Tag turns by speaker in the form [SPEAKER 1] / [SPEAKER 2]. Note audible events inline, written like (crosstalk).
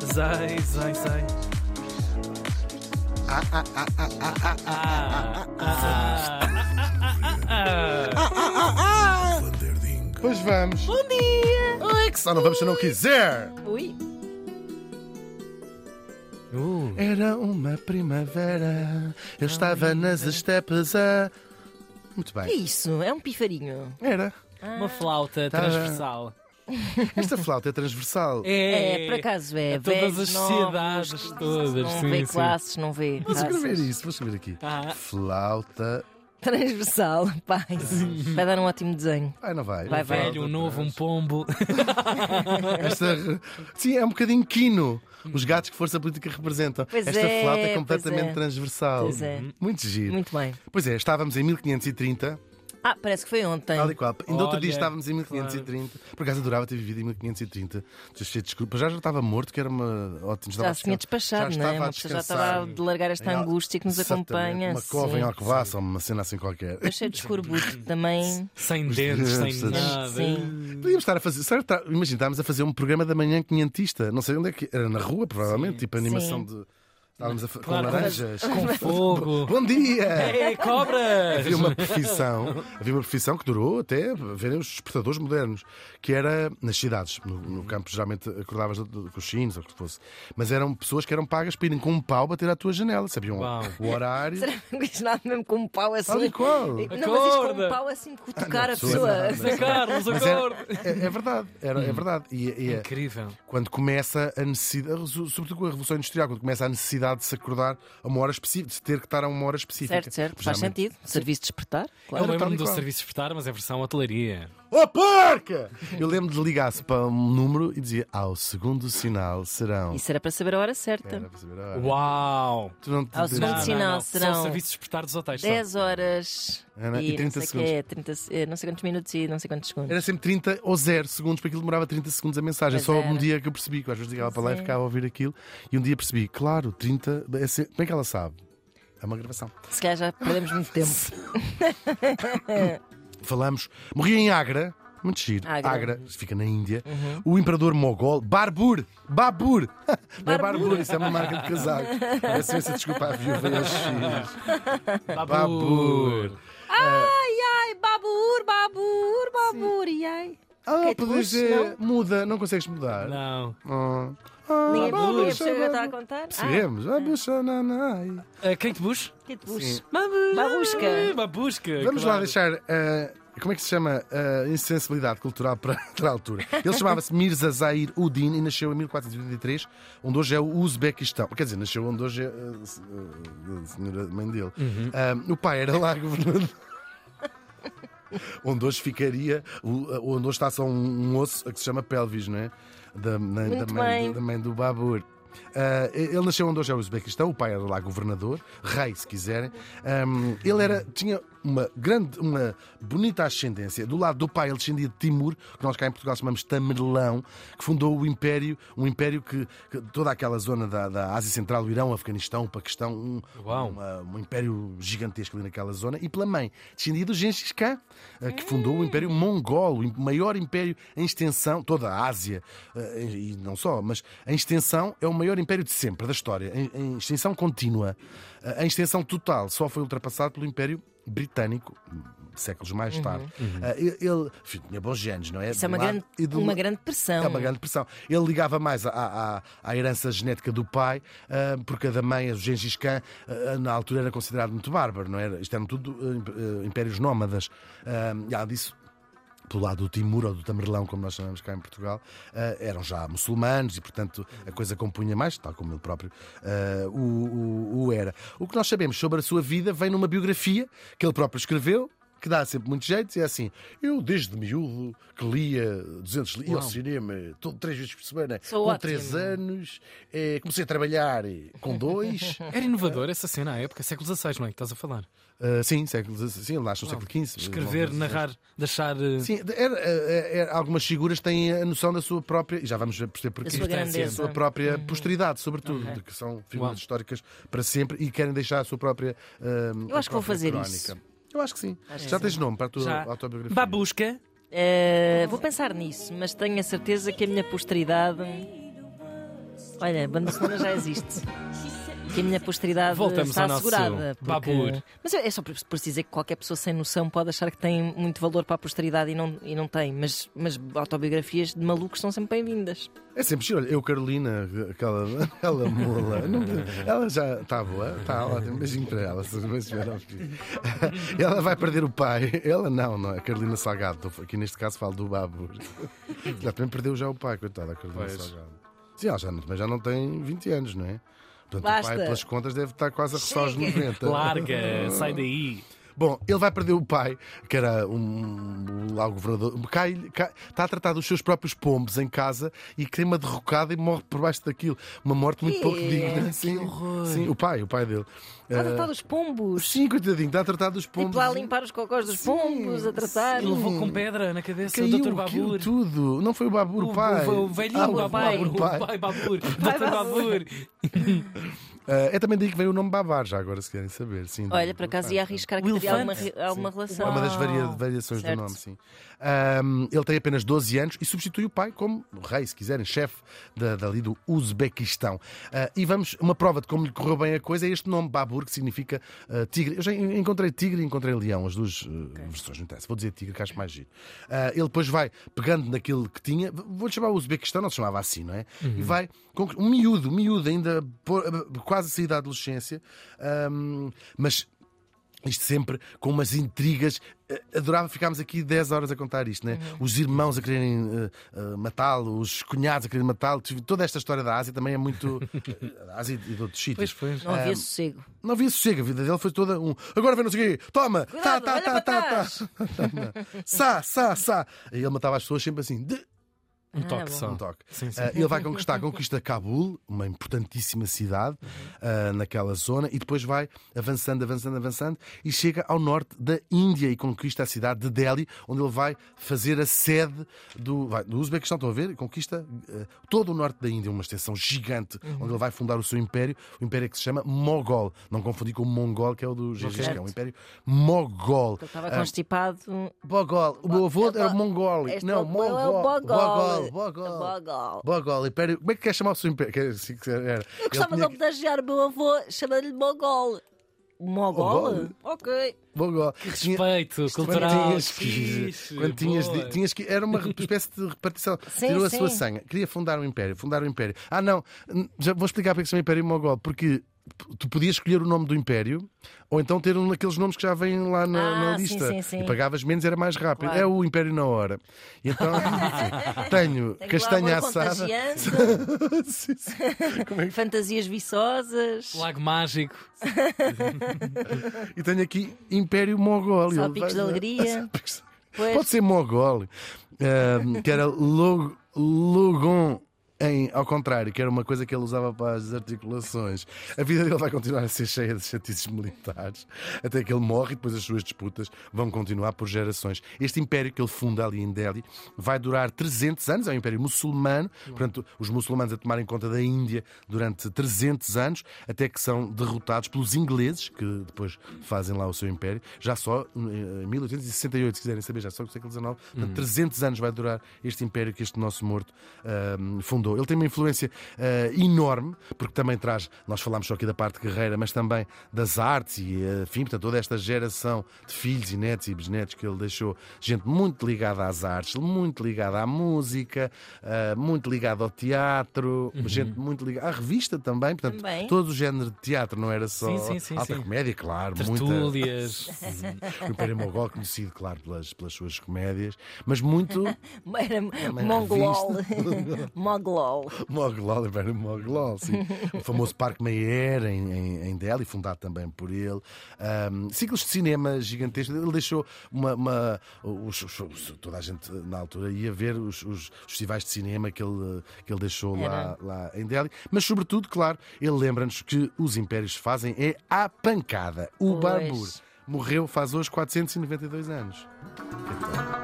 [SPEAKER 1] Zai, zai, zai.
[SPEAKER 2] Vanderding.
[SPEAKER 3] Pois vamos.
[SPEAKER 4] Bom dia!
[SPEAKER 3] Ai, que só não vamos se eu não quiser.
[SPEAKER 4] Ui!
[SPEAKER 1] Uh,
[SPEAKER 3] Era uma primavera, eu estava nas estepes a. Muito
[SPEAKER 4] Que é
[SPEAKER 3] bem.
[SPEAKER 4] isso? É um pifarinho.
[SPEAKER 3] Era.
[SPEAKER 1] uma flauta
[SPEAKER 3] Tá.
[SPEAKER 1] transversal.
[SPEAKER 3] Esta flauta é transversal.
[SPEAKER 4] É, por acaso é.
[SPEAKER 1] a todas
[SPEAKER 4] velhos,
[SPEAKER 1] as
[SPEAKER 4] novos,
[SPEAKER 1] cidades todas,
[SPEAKER 4] Não
[SPEAKER 1] sim,
[SPEAKER 4] vê
[SPEAKER 1] sim.
[SPEAKER 4] classes, não vê.
[SPEAKER 3] Vou escrever
[SPEAKER 4] raças.
[SPEAKER 3] isso, vou escrever aqui.
[SPEAKER 1] Ah.
[SPEAKER 3] Flauta.
[SPEAKER 4] Transversal, (laughs) pai. Vai dar um ótimo desenho.
[SPEAKER 3] Ai, não vai.
[SPEAKER 4] Vai,
[SPEAKER 3] não
[SPEAKER 4] vai.
[SPEAKER 3] vai.
[SPEAKER 1] Velho, um novo, um pombo. (laughs)
[SPEAKER 3] Esta... Sim, é um bocadinho quino. Os gatos que força política representam.
[SPEAKER 4] Pois
[SPEAKER 3] Esta
[SPEAKER 4] é,
[SPEAKER 3] flauta é
[SPEAKER 4] pois
[SPEAKER 3] completamente
[SPEAKER 4] é.
[SPEAKER 3] transversal.
[SPEAKER 4] Pois é.
[SPEAKER 1] Uhum.
[SPEAKER 3] Muito giro.
[SPEAKER 4] Muito bem.
[SPEAKER 3] Pois é, estávamos em 1530,
[SPEAKER 4] Ah, parece que foi ontem.
[SPEAKER 3] tal e qual. Ainda outro dia
[SPEAKER 1] Olha,
[SPEAKER 3] estávamos em 1530. Por acaso adorava ter vivido em 1530. Deixa eu desculpa, já já estava morto, que era uma ótima.
[SPEAKER 4] Já se tinha despachado,
[SPEAKER 3] já
[SPEAKER 4] não é?
[SPEAKER 3] estava a
[SPEAKER 4] Uma pessoa já
[SPEAKER 3] descansar.
[SPEAKER 4] estava de largar esta
[SPEAKER 3] Em al-
[SPEAKER 4] angústia que nos
[SPEAKER 3] Exatamente,
[SPEAKER 4] acompanha.
[SPEAKER 3] Uma cova em
[SPEAKER 4] sim.
[SPEAKER 3] Alcovaça, uma cena assim qualquer.
[SPEAKER 4] Mas cheio de escorbuto também.
[SPEAKER 1] Sem dentes, sem
[SPEAKER 3] Sim.
[SPEAKER 1] nada.
[SPEAKER 4] Sim.
[SPEAKER 3] Podíamos estar a fazer, será que está- imagina, estávamos a fazer um programa da manhã quinhentista, não sei onde é que era, na rua provavelmente, tipo animação
[SPEAKER 4] Sim.
[SPEAKER 3] de. Estávamos a fa-
[SPEAKER 1] Claro,
[SPEAKER 3] com laranjas.
[SPEAKER 1] Com fogo.
[SPEAKER 3] Bom dia!
[SPEAKER 1] Ei, cobras!
[SPEAKER 3] Havia uma profissão, havia uma profissão que durou até verem os despertadores modernos, que era nas cidades, no, no campo geralmente acordavas do- do- com os chinos ou o que fosse, mas eram pessoas que eram pagas para irem com um pau bater à tua janela, sabiam
[SPEAKER 1] Uau.
[SPEAKER 3] o horário.
[SPEAKER 4] Será que (laughs) não diz nada mesmo com um pau assim?
[SPEAKER 3] Tal e qual.
[SPEAKER 4] Não, mas isto com
[SPEAKER 1] Acorda.
[SPEAKER 4] um pau assim de cutucar a
[SPEAKER 3] Pessoas, um Ah, não,
[SPEAKER 4] pessoa.
[SPEAKER 3] não.
[SPEAKER 1] Zé Carlos,
[SPEAKER 3] Mas era-
[SPEAKER 1] acorda!
[SPEAKER 3] é, é verdade, era, é verdade. E, e é-
[SPEAKER 1] Incrível.
[SPEAKER 3] quando começa a necessidade, so- sobretudo com a Revolução Industrial, quando começa a necessidade de se acordar a uma hora específica, de ter que estar a uma hora específica.
[SPEAKER 4] Certo, certo. Faz
[SPEAKER 3] Geralmente-
[SPEAKER 4] sentido. Serviço de despertar,
[SPEAKER 1] Eu
[SPEAKER 4] claro.
[SPEAKER 3] tal
[SPEAKER 1] lembro-me
[SPEAKER 3] e
[SPEAKER 1] do
[SPEAKER 3] qual.
[SPEAKER 1] serviço de espetar, mas é versão hotelaria.
[SPEAKER 3] Oh, porca! Eu lembro de ligar-se para um número e dizia ao segundo sinal serão.
[SPEAKER 4] Isso era para saber a hora certa.
[SPEAKER 3] Era para saber a hora.
[SPEAKER 1] Uau!
[SPEAKER 3] Tu não te-
[SPEAKER 4] Ao segundo
[SPEAKER 1] Não, não,
[SPEAKER 4] sinal
[SPEAKER 1] não.
[SPEAKER 4] serão
[SPEAKER 1] São serviços de espetar dos hotéis. são.
[SPEAKER 4] 10 horas
[SPEAKER 3] Ana, É, e
[SPEAKER 4] e,
[SPEAKER 3] 30
[SPEAKER 4] não sei o quê, 30 se- eh, não sei quantos minutos e não sei quantos segundos.
[SPEAKER 3] Era sempre 30 ou 0 segundos, porque aquilo demorava 30 segundos a mensagem.
[SPEAKER 4] Pois
[SPEAKER 3] Só um
[SPEAKER 4] era.
[SPEAKER 3] dia que eu percebi, que eu às vezes ligava para lá e
[SPEAKER 4] é.
[SPEAKER 3] ficava a ouvir aquilo, e um dia percebi, claro, 30. É se- Como é que ela sabe? É uma gravação.
[SPEAKER 4] Se calhar já perdemos muito tempo.
[SPEAKER 3] Falamos. Morria em Agra. Muito giro.
[SPEAKER 4] Agra. Uhum.
[SPEAKER 3] fica na Índia. O imperador mogol, Barbur.
[SPEAKER 4] (laughs)
[SPEAKER 3] Babur. Não é
[SPEAKER 4] Barbur.
[SPEAKER 3] Barbur, isso é uma marca de casaco. É assim, essa desculpa à viúva e aos
[SPEAKER 4] (laughs) É
[SPEAKER 3] filhos.
[SPEAKER 1] Babur.
[SPEAKER 4] (laughs) ai, ai, babur, babur, babur, e ai.
[SPEAKER 3] Ah,
[SPEAKER 4] Kate
[SPEAKER 3] podes
[SPEAKER 4] Bush,
[SPEAKER 3] dizer, muda, não consegues mudar.
[SPEAKER 1] Não.
[SPEAKER 3] Ah. Ah,
[SPEAKER 4] Ninguém tá- percebeu a
[SPEAKER 3] Babur,
[SPEAKER 4] pessoa que eu estava a contar?
[SPEAKER 3] Percebemos. Ah, Babur,
[SPEAKER 1] Ah, Kate Bush?
[SPEAKER 4] Ah, que te puxo.
[SPEAKER 1] Babusca.
[SPEAKER 4] Babusca.
[SPEAKER 1] Babusca.
[SPEAKER 3] Vamos lá
[SPEAKER 1] claro.
[SPEAKER 3] deixar. eh, como é que se chama a insensibilidade cultural para (laughs) outra altura? Ele chamava-se Mirza Zahir Udin e nasceu em 1483, onde hoje é o Uzbequistão. Quer dizer, nasceu onde hoje é eh, se- eh, a senhora mãe dele. Ah, o pai era lá (laughs) governador. onde hoje ficaria, o- eh, onde hoje está só um, um osso que se chama pelvis, não é? Da, na- da
[SPEAKER 4] Muito
[SPEAKER 3] mãe,
[SPEAKER 4] bem.
[SPEAKER 3] da mãe do Babur. Ah, ele nasceu onde hoje é o Uzbequistão, o pai era lá governador, rei, se quiserem. Ahm, ele era, tinha uma grande, uma bonita ascendência. Do lado do pai, ele descendia de Timur, que nós cá em Portugal chamamos Tamerlão, que fundou o Império, um império que, que toda aquela zona da, da Ásia Central, o Irão, o Afeganistão, o Paquistão, um,
[SPEAKER 1] Uau.
[SPEAKER 3] uma- um império gigantesco ali naquela zona, e pela mãe, descendia do Gengis Khan, eh, que fundou
[SPEAKER 4] Hum.
[SPEAKER 3] o Império Mongol, o im- maior império em extensão, toda a Ásia, eh, e não só, mas em extensão é o maior império de sempre da história, em, em extensão contínua. Eh, Em extensão total, só foi ultrapassado pelo Império Britânico, hum, séculos mais tarde. Eh, ele- Ele, enfim, tinha bons genes, não é?
[SPEAKER 4] Uhum. Isso é
[SPEAKER 3] De
[SPEAKER 4] uma
[SPEAKER 3] um lado
[SPEAKER 4] grande,
[SPEAKER 3] e do
[SPEAKER 4] uma
[SPEAKER 3] outro.
[SPEAKER 4] grande pressão.
[SPEAKER 3] É uma grande pressão. Ele ligava mais à, à- à herança genética do pai, ah, porque a da mãe, o Gengis Khan, ah, na altura era considerado muito bárbaro, não era? Isto eram tudo ah, imp- ah, impérios nómadas. Ah, e há disso. Pelo lado do Timur ou do Tamerlão, como nós chamamos cá em Portugal, ah, eram já muçulmanos e, portanto, a coisa compunha mais, tal como ele próprio ah, o, o- o era. O que nós sabemos sobre a sua vida vem numa biografia que ele próprio escreveu, que dá sempre muito jeito, e é assim: eu desde miúdo que lia 200 livros, ia ao cinema todo, três vezes por semana,
[SPEAKER 4] Sou
[SPEAKER 3] com
[SPEAKER 4] ótimo.
[SPEAKER 3] três anos, eh, comecei a trabalhar eh, com dois.
[SPEAKER 1] Era inovador essa cena à época, século XVI, não é que estás a falar?
[SPEAKER 3] Ah, sim, século XVI, sim, ele nasce no século XV.
[SPEAKER 1] Escrever,
[SPEAKER 3] não-
[SPEAKER 1] narrar, deixar. eh,
[SPEAKER 3] Sim, era- era- era- algumas figuras têm a noção da sua própria, e já vamos ver perceber porque
[SPEAKER 4] Da sua
[SPEAKER 3] a
[SPEAKER 4] grandeza. Uhum.
[SPEAKER 3] sua própria posteridade, sobretudo, de que são figuras
[SPEAKER 1] Uau.
[SPEAKER 3] históricas para sempre e querem deixar a sua própria. ah,
[SPEAKER 4] Eu acho que
[SPEAKER 3] a própria
[SPEAKER 4] vou fazer
[SPEAKER 3] crónica.
[SPEAKER 4] isso.
[SPEAKER 3] Eu acho que sim.
[SPEAKER 4] Acho que
[SPEAKER 3] já
[SPEAKER 4] sim.
[SPEAKER 3] tens nome para a tua
[SPEAKER 1] Já.
[SPEAKER 3] autobiografia?
[SPEAKER 1] Babusca.
[SPEAKER 4] Eh, vou pensar nisso, mas tenho a certeza que a minha posteridade
[SPEAKER 2] Olha, banda sonora já existe. Que a minha posteridade
[SPEAKER 1] Voltamos
[SPEAKER 2] está
[SPEAKER 1] ao nosso
[SPEAKER 2] assegurada.
[SPEAKER 1] Babur.
[SPEAKER 2] Mas é só por, por se dizer que qualquer pessoa sem noção pode achar que tem muito valor para a posteridade e não, e não tem. Mas, mas autobiografias de malucos são sempre bem-vindas.
[SPEAKER 3] É sempre giro. Olha, Eu, Carolina, aquela, aquela mula, não tem- ela já está boa, está ótima. Beijinho para ela, se não estiver ao fim. Ela vai perder o pai. Ela não, não é? Carolina Salgado. Estou- Aqui neste caso falo do Babur. Já também perdeu já o pai, coitada, a Carolina
[SPEAKER 1] Pois.
[SPEAKER 3] Salgado. Sim, ela já, não- mas já não tem 20 anos, não é? Portanto, o
[SPEAKER 2] Basta.
[SPEAKER 3] pai, pelas contas, deve estar quase a roçar os 90.
[SPEAKER 1] Larga, sai daí.
[SPEAKER 3] Bom, ele vai perder o pai, que era um. lá o governador. Cai, cai- está a tratar dos seus próprios pombos em casa e tem uma derrocada e morre por baixo daquilo. Uma morte muito pouco digna. Sim, sim, o pai, o pai dele.
[SPEAKER 2] Está a tratar dos pombos.
[SPEAKER 3] Sim, coitadinho, está a tratar dos Eh, pombos.
[SPEAKER 2] Tipo lá a limpar os cocós dos pombos, a tratar.
[SPEAKER 1] Ele levou com pedra na cabeça
[SPEAKER 3] Caiu
[SPEAKER 1] o Dr.
[SPEAKER 3] aquilo
[SPEAKER 1] Babur.
[SPEAKER 3] tudo. Não foi o Babur, o pai.
[SPEAKER 1] O, o velhinho
[SPEAKER 3] Ah,
[SPEAKER 1] Babur,
[SPEAKER 2] pai.
[SPEAKER 1] o pai, Babur, Dr. Babur.
[SPEAKER 3] Ah, é também daí que veio o nome Babar, já agora, se querem saber. Sim, do-
[SPEAKER 2] Olha, por
[SPEAKER 3] do
[SPEAKER 2] acaso
[SPEAKER 3] pai.
[SPEAKER 2] ia arriscar que
[SPEAKER 1] O
[SPEAKER 2] teria alguma,
[SPEAKER 1] elefante.
[SPEAKER 2] re- alguma
[SPEAKER 3] É
[SPEAKER 2] relação.
[SPEAKER 3] uma das varia- variações
[SPEAKER 2] Certo.
[SPEAKER 3] do nome, sim. Ahm, ele tem apenas 12 anos e substitui o pai como rei, se quiserem, chefe da, dali do Uzbequistão. Ah, e vamos, uma prova de como lhe correu bem a coisa é este nome, Babur, que significa ah, tigre. Eu já en- encontrei tigre e encontrei leão, as duas ah, versões, não interessa. Vou dizer tigre, que acho mais giro. Ah, ele depois vai pegando naquilo que tinha, v- vou-lhe chamar o Uzbequistão, não se chamava assim, não é? E vai, com, um miúdo, um miúdo ainda, pô- quase a sair da adolescência, ahm, mas isto sempre com umas intrigas. Eh, Adorava ficarmos aqui 10 horas a contar isto, né?
[SPEAKER 2] Uhum.
[SPEAKER 3] Os irmãos a quererem eh, eh, matá-lo, os cunhados a quererem matá-lo. Tive- Toda esta história da Ásia também
[SPEAKER 2] (laughs)
[SPEAKER 3] é muito. eh, Ásia e de outros
[SPEAKER 1] Pois,
[SPEAKER 3] sítios.
[SPEAKER 1] pois.
[SPEAKER 2] Não
[SPEAKER 3] Ah,
[SPEAKER 2] havia sossego.
[SPEAKER 3] Não havia sossego, a vida dele foi toda um. Agora vem não sei o quê, toma! Tá,
[SPEAKER 2] Cuidado,
[SPEAKER 3] tá,
[SPEAKER 2] olha
[SPEAKER 3] tá,
[SPEAKER 2] para
[SPEAKER 3] tá,
[SPEAKER 2] trás.
[SPEAKER 3] tá. Sá, sá, sá. E ele matava as pessoas sempre assim, de
[SPEAKER 1] Um
[SPEAKER 2] Ah,
[SPEAKER 1] toque
[SPEAKER 2] bom.
[SPEAKER 1] só.
[SPEAKER 3] um toque.
[SPEAKER 1] Sim, sim.
[SPEAKER 3] Ah, ele vai conquistar, conquista Cabul, uma importantíssima cidade ah, naquela zona, e depois vai avançando, avançando, avançando, e chega ao norte da Índia e conquista a cidade de Delhi, onde ele vai fazer a sede do, vai, do Uzbequistão. Estão a ver? Conquista ah, todo o norte da Índia, uma extensão gigante,
[SPEAKER 2] Uhum.
[SPEAKER 3] onde ele vai fundar o seu império, o império que se chama Mogol. Não confundir com o Mongol, que é o do Gengis Khan,
[SPEAKER 2] Certo.
[SPEAKER 3] o império Mogol. Ah,
[SPEAKER 2] Ele estava constipado.
[SPEAKER 3] Bogol, o meu avô era
[SPEAKER 2] Bo-
[SPEAKER 3] mongol.
[SPEAKER 2] Este
[SPEAKER 3] Não,
[SPEAKER 2] avô é o
[SPEAKER 3] mongol.
[SPEAKER 2] Bogol. É
[SPEAKER 3] Bogol, Bogol.
[SPEAKER 2] Bogol.
[SPEAKER 3] Bogol, Império. Como é que quer chamar o seu Império? Que era assim que era.
[SPEAKER 2] Eu gostava
[SPEAKER 3] Ele
[SPEAKER 2] de
[SPEAKER 3] tinha-
[SPEAKER 2] homenagear o meu avô, chamando-lhe Mogol. Mogol? Ok.
[SPEAKER 3] Bogol. Tinha-
[SPEAKER 1] Respeito, cultural.
[SPEAKER 3] Quando tinhas que,
[SPEAKER 1] fixe,
[SPEAKER 3] quando tinhas de-
[SPEAKER 1] boa.
[SPEAKER 3] tinhas que- Era uma espécie de repartição.
[SPEAKER 2] (laughs) Sim,
[SPEAKER 3] Tirou
[SPEAKER 2] sim.
[SPEAKER 3] a sua sanha. Queria fundar um império. Fundar um império. Ah, não. hum, Já vou explicar porque é que se chama Império Mogol. Porque tu podias escolher o nome do império ou então ter um daqueles nomes que já vêm lá na,
[SPEAKER 2] Ah,
[SPEAKER 3] na
[SPEAKER 2] sim,
[SPEAKER 3] lista.
[SPEAKER 2] sim, sim.
[SPEAKER 3] E pagavas menos, era mais rápido.
[SPEAKER 2] Claro.
[SPEAKER 3] É o império na hora.
[SPEAKER 2] (laughs)
[SPEAKER 3] E então (laughs) tenho,
[SPEAKER 2] Tenho
[SPEAKER 3] castanha
[SPEAKER 2] lá amor
[SPEAKER 3] assada.
[SPEAKER 2] contagiante,
[SPEAKER 3] (laughs) Sim, sim. Como é que
[SPEAKER 2] Fantasias viçosas.
[SPEAKER 1] Lago mágico.
[SPEAKER 3] E tenho aqui Império Mogol.
[SPEAKER 2] Salpicos de alegria.
[SPEAKER 3] Salpicos de alegria.
[SPEAKER 2] Pois.
[SPEAKER 3] Pode ser Mogol, Ahm, que era log- Logon. Em, ao contrário, que era uma coisa que ele usava para as articulações. A vida dele vai continuar a ser cheia de chatices militares, até que ele morre e depois as suas disputas vão continuar por gerações. Este império que ele funda ali em Delhi vai durar 300 anos, é um império muçulmano, portanto, os muçulmanos a tomarem conta da Índia durante 300 anos, até que são derrotados pelos ingleses, que depois fazem lá o seu império, já só eh, em 1868, se quiserem saber, já só no século XIX. Portanto,
[SPEAKER 1] Hum.
[SPEAKER 3] 300 anos vai durar este império que este nosso morto ahm, fundou. Ele tem uma influência ah, enorme, porque também traz, nós falámos só aqui da parte guerreira, mas também das artes e, ah, enfim, portanto, toda esta geração de filhos e netos e bisnetos que ele deixou, gente muito ligada às artes, muito ligada à música, ah, muito ligada ao teatro,
[SPEAKER 1] Uhum.
[SPEAKER 3] gente muito ligada à revista também, portanto,
[SPEAKER 2] Também.
[SPEAKER 3] todo o género de teatro, não era só
[SPEAKER 1] Sim, sim, sim,
[SPEAKER 3] alta
[SPEAKER 1] sim.
[SPEAKER 3] comédia, claro, muita,
[SPEAKER 1] Tertúlias.
[SPEAKER 3] (laughs) o Império Mogol, conhecido, claro, pelas, pelas suas comédias, mas muito
[SPEAKER 2] Era
[SPEAKER 3] uma (laughs)
[SPEAKER 2] Mongol. Mongol.
[SPEAKER 3] Mogol, Império Mogol, sim. O famoso Parque Meyer em, em, em Delhi, fundado também por ele. Ahm, ciclos de cinema gigantescos. Ele deixou uma. uma- os- os- os- toda a gente na altura ia ver os, os festivais de cinema que ele, que ele deixou lá, lá em Delhi. Mas, sobretudo, claro, ele lembra-nos que os impérios fazem é à pancada. O
[SPEAKER 2] Pois.
[SPEAKER 3] Barbur morreu faz hoje 492 anos. Que tal?